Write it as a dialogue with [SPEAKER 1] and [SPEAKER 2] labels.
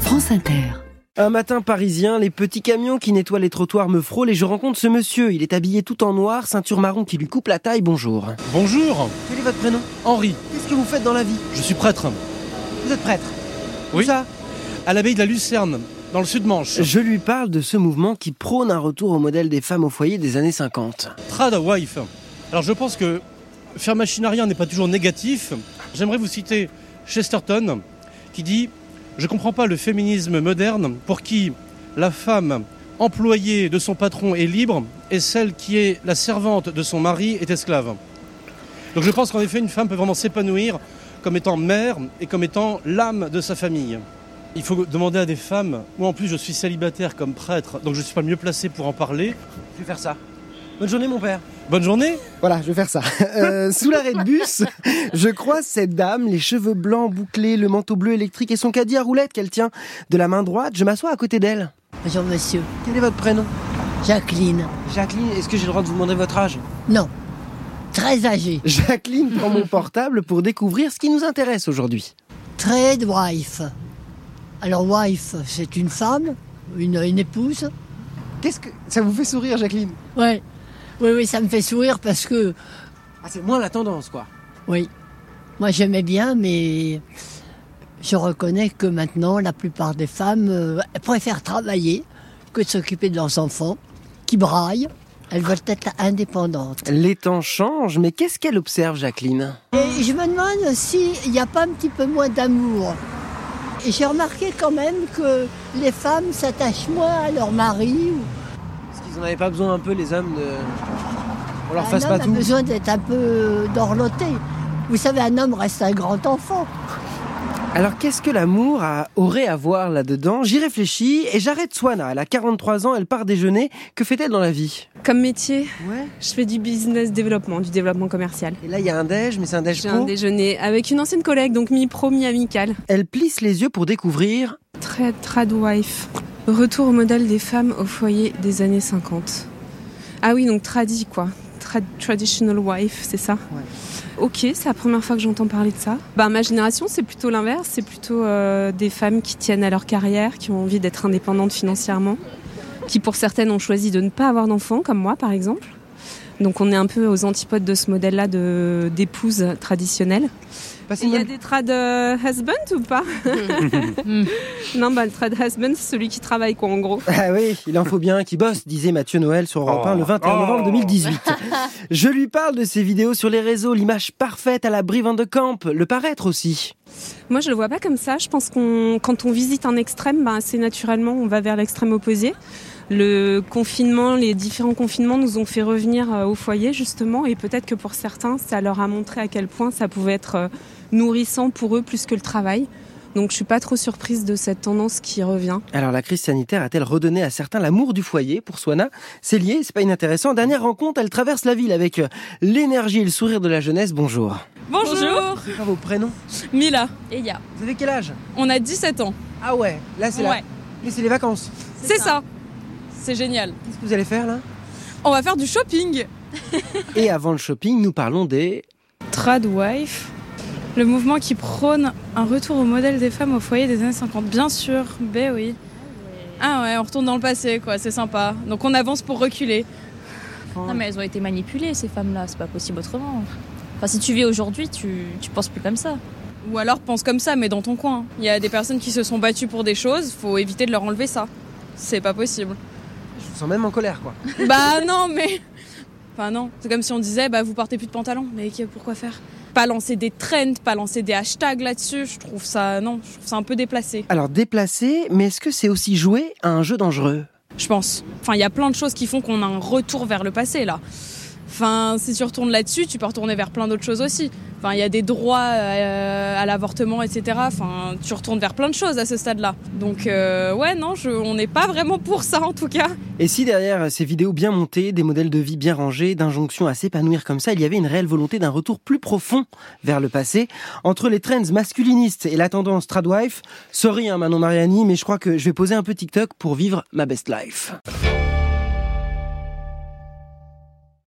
[SPEAKER 1] France Inter.
[SPEAKER 2] Un matin parisien, les petits camions qui nettoient les trottoirs me frôlent et je rencontre ce monsieur. Il est habillé tout en noir, ceinture marron qui lui coupe la taille. Bonjour.
[SPEAKER 3] Bonjour,
[SPEAKER 2] Quel est votre prénom
[SPEAKER 3] Henri,
[SPEAKER 2] Qu'est-ce que vous faites dans la vie
[SPEAKER 3] je suis prêtre.
[SPEAKER 2] Vous êtes prêtre
[SPEAKER 3] Oui.
[SPEAKER 2] Où ça
[SPEAKER 3] À l'abbaye de la Lucerne, dans le sud-manche.
[SPEAKER 2] Je lui parle de ce mouvement qui prône un retour au modèle des femmes au foyer des années 50.
[SPEAKER 3] Trad Wife. Alors je pense que faire machinariat n'est pas toujours négatif. J'aimerais vous citer Chesterton qui dit Je comprends pas le féminisme moderne pour qui la femme employée de son patron est libre et celle qui est la servante de son mari est esclave. Donc je pense qu'en effet, une femme peut vraiment s'épanouir comme étant mère et comme étant l'âme de sa famille. Il faut demander à des femmes, moi en plus je suis célibataire comme prêtre, donc je ne suis pas le mieux placé pour en parler.
[SPEAKER 2] Je vais faire ça. Bonne journée mon père.
[SPEAKER 3] Bonne journée
[SPEAKER 2] Voilà, je vais faire ça. Euh, sous l'arrêt de bus, je croise cette dame, les cheveux blancs bouclés, le manteau bleu électrique et son caddie à roulettes qu'elle tient de la main droite. Je m'assois à côté d'elle.
[SPEAKER 4] Bonjour monsieur,
[SPEAKER 2] Quel est votre prénom
[SPEAKER 4] Jacqueline.
[SPEAKER 2] Jacqueline, est-ce que j'ai le droit de vous demander votre âge
[SPEAKER 4] Non, très âgée,
[SPEAKER 2] Jacqueline prend mon portable pour découvrir ce qui nous intéresse aujourd'hui.
[SPEAKER 4] très wife. Alors wife, c'est une femme, une, une épouse.
[SPEAKER 2] Qu'est-ce que ça vous fait sourire, Jacqueline
[SPEAKER 4] Ouais. Oui, oui, ça me fait sourire parce que,
[SPEAKER 2] ah, C'est moins la tendance, quoi.
[SPEAKER 4] oui, moi j'aimais bien, mais je reconnais que maintenant la plupart des femmes euh, elles préfèrent travailler que de s'occuper de leurs enfants qui braillent. Elles veulent être indépendantes.
[SPEAKER 2] Les temps changent, mais qu'est-ce qu'elle observe, Jacqueline
[SPEAKER 4] Et je me demande s'il n'y a pas un petit peu moins d'amour. Et j'ai remarqué quand même que les femmes s'attachent moins à leur mari. ou-
[SPEAKER 2] Est-ce qu'ils en avaient pas besoin un peu, les hommes, de. On leur
[SPEAKER 4] un
[SPEAKER 2] fasse
[SPEAKER 4] homme
[SPEAKER 2] pas
[SPEAKER 4] a
[SPEAKER 2] tout
[SPEAKER 4] besoin d'être un peu dorloté. Vous savez, un homme reste un grand enfant.
[SPEAKER 2] Alors qu'est-ce que l'amour a- aurait à voir là-dedans J'y réfléchis et j'arrête Swana. Elle a 43 ans, elle part déjeuner. Que fait-elle dans la vie
[SPEAKER 5] Comme métier,
[SPEAKER 2] Ouais.
[SPEAKER 5] je fais du business développement, du développement commercial.
[SPEAKER 2] Et là, il y a un déj, mais c'est un déj
[SPEAKER 5] J'ai
[SPEAKER 2] pro.
[SPEAKER 5] un déjeuner avec une ancienne collègue, donc mi-pro, mi-amicale.
[SPEAKER 2] Elle plisse les yeux pour découvrir.
[SPEAKER 5] Très tradwife. Retour au modèle des femmes au foyer des années 50. Ah oui, donc tradi quoi. Trad- traditional wife, c'est ça
[SPEAKER 2] Ouais.
[SPEAKER 5] Ok, c'est la première fois que j'entends parler de ça. Bah, ma génération, c'est plutôt l'inverse. C'est plutôt euh, des femmes qui tiennent à leur carrière, qui ont envie d'être indépendantes financièrement, qui pour certaines ont choisi de ne pas avoir d'enfants, comme moi par exemple. Donc on est un peu aux antipodes de ce modèle-là de- d'épouse traditionnelle.
[SPEAKER 2] Passez
[SPEAKER 5] Il
[SPEAKER 2] une
[SPEAKER 5] y a
[SPEAKER 2] bonne-
[SPEAKER 5] des trad euh, husband ou pas Non, bah, le trad husband, c'est celui qui travaille, quoi, en gros.
[SPEAKER 2] Ah oui, il en faut bien un qui bosse, disait Mathieu Noël sur Europe 1 le 21 novembre 2018. Je lui parle de ses vidéos sur les réseaux, l'image parfaite à la Brivant de Camp, le paraître aussi.
[SPEAKER 5] Moi, je le vois pas comme ça. Je pense qu'on, quand on visite un extrême, bah, assez naturellement, on va vers l'extrême opposé. Le confinement, les différents confinements nous ont fait revenir euh, au foyer, justement, et peut-être que pour certains, ça leur a montré à quel point ça pouvait être euh, nourrissant pour eux plus que le travail. Donc, je suis pas trop surprise de cette tendance qui revient.
[SPEAKER 2] Alors la crise sanitaire a-t-elle redonné à certains l'amour du foyer Pour Swana, c'est lié, c'est pas inintéressant. Dernière rencontre, elle traverse la ville avec euh, l'énergie et le sourire de la jeunesse. Bonjour.
[SPEAKER 6] Bonjour,
[SPEAKER 2] C'est quoi vos prénoms
[SPEAKER 6] Mila et Ya.
[SPEAKER 2] Vous avez quel âge
[SPEAKER 6] On a 17 ans.
[SPEAKER 2] Ah ouais, là c'est
[SPEAKER 6] Ouais,
[SPEAKER 2] Mais c'est les vacances.
[SPEAKER 6] c'est ça. C'est génial.
[SPEAKER 2] Qu'est-ce que vous allez faire là
[SPEAKER 6] On va faire du shopping.
[SPEAKER 2] Et avant le shopping, nous parlons des...
[SPEAKER 7] Tradwife, le mouvement qui prône un retour au modèle des femmes au foyer des années 50. Bien sûr, ben oui.
[SPEAKER 6] Ah ouais, on retourne dans le passé, quoi. C'est sympa. Donc on avance pour reculer.
[SPEAKER 8] Non mais elles ont été manipulées ces femmes-là, c'est pas possible autrement. Enfin si tu vis aujourd'hui, tu, tu penses plus comme ça.
[SPEAKER 6] Ou alors pense comme ça, mais dans ton coin. Il y a des personnes qui se sont battues pour des choses. Faut éviter de leur enlever ça. C'est pas possible.
[SPEAKER 2] Je vous sens même en colère quoi.
[SPEAKER 6] bah non, mais. Enfin non. C'est comme si on disait, bah vous portez plus de pantalon. Mais que- pourquoi faire Pas lancer des trends, pas lancer des hashtags là-dessus. Je trouve ça, non, je trouve ça un peu déplacé.
[SPEAKER 2] Alors déplacé, mais est-ce que c'est aussi jouer à un jeu dangereux
[SPEAKER 6] je pense. Enfin, il y a plein de choses qui font qu'on a un retour vers le passé, là. Enfin, si tu retournes là-dessus, tu peux retourner vers plein d'autres choses aussi. Enfin, il y a des droits euh, à l'avortement, etc. Enfin, tu retournes vers plein de choses à ce stade-là. Donc, euh, ouais, non, je- on n'est pas vraiment pour ça, en tout cas.
[SPEAKER 2] Et si derrière ces vidéos bien montées, des modèles de vie bien rangés, d'injonctions à s'épanouir comme ça, il y avait une réelle volonté d'un retour plus profond vers le passé, entre les trends masculinistes et la tendance tradwife, sorry hein, Manon Mariani, mais je crois que je vais poser un peu TikTok pour vivre ma best life.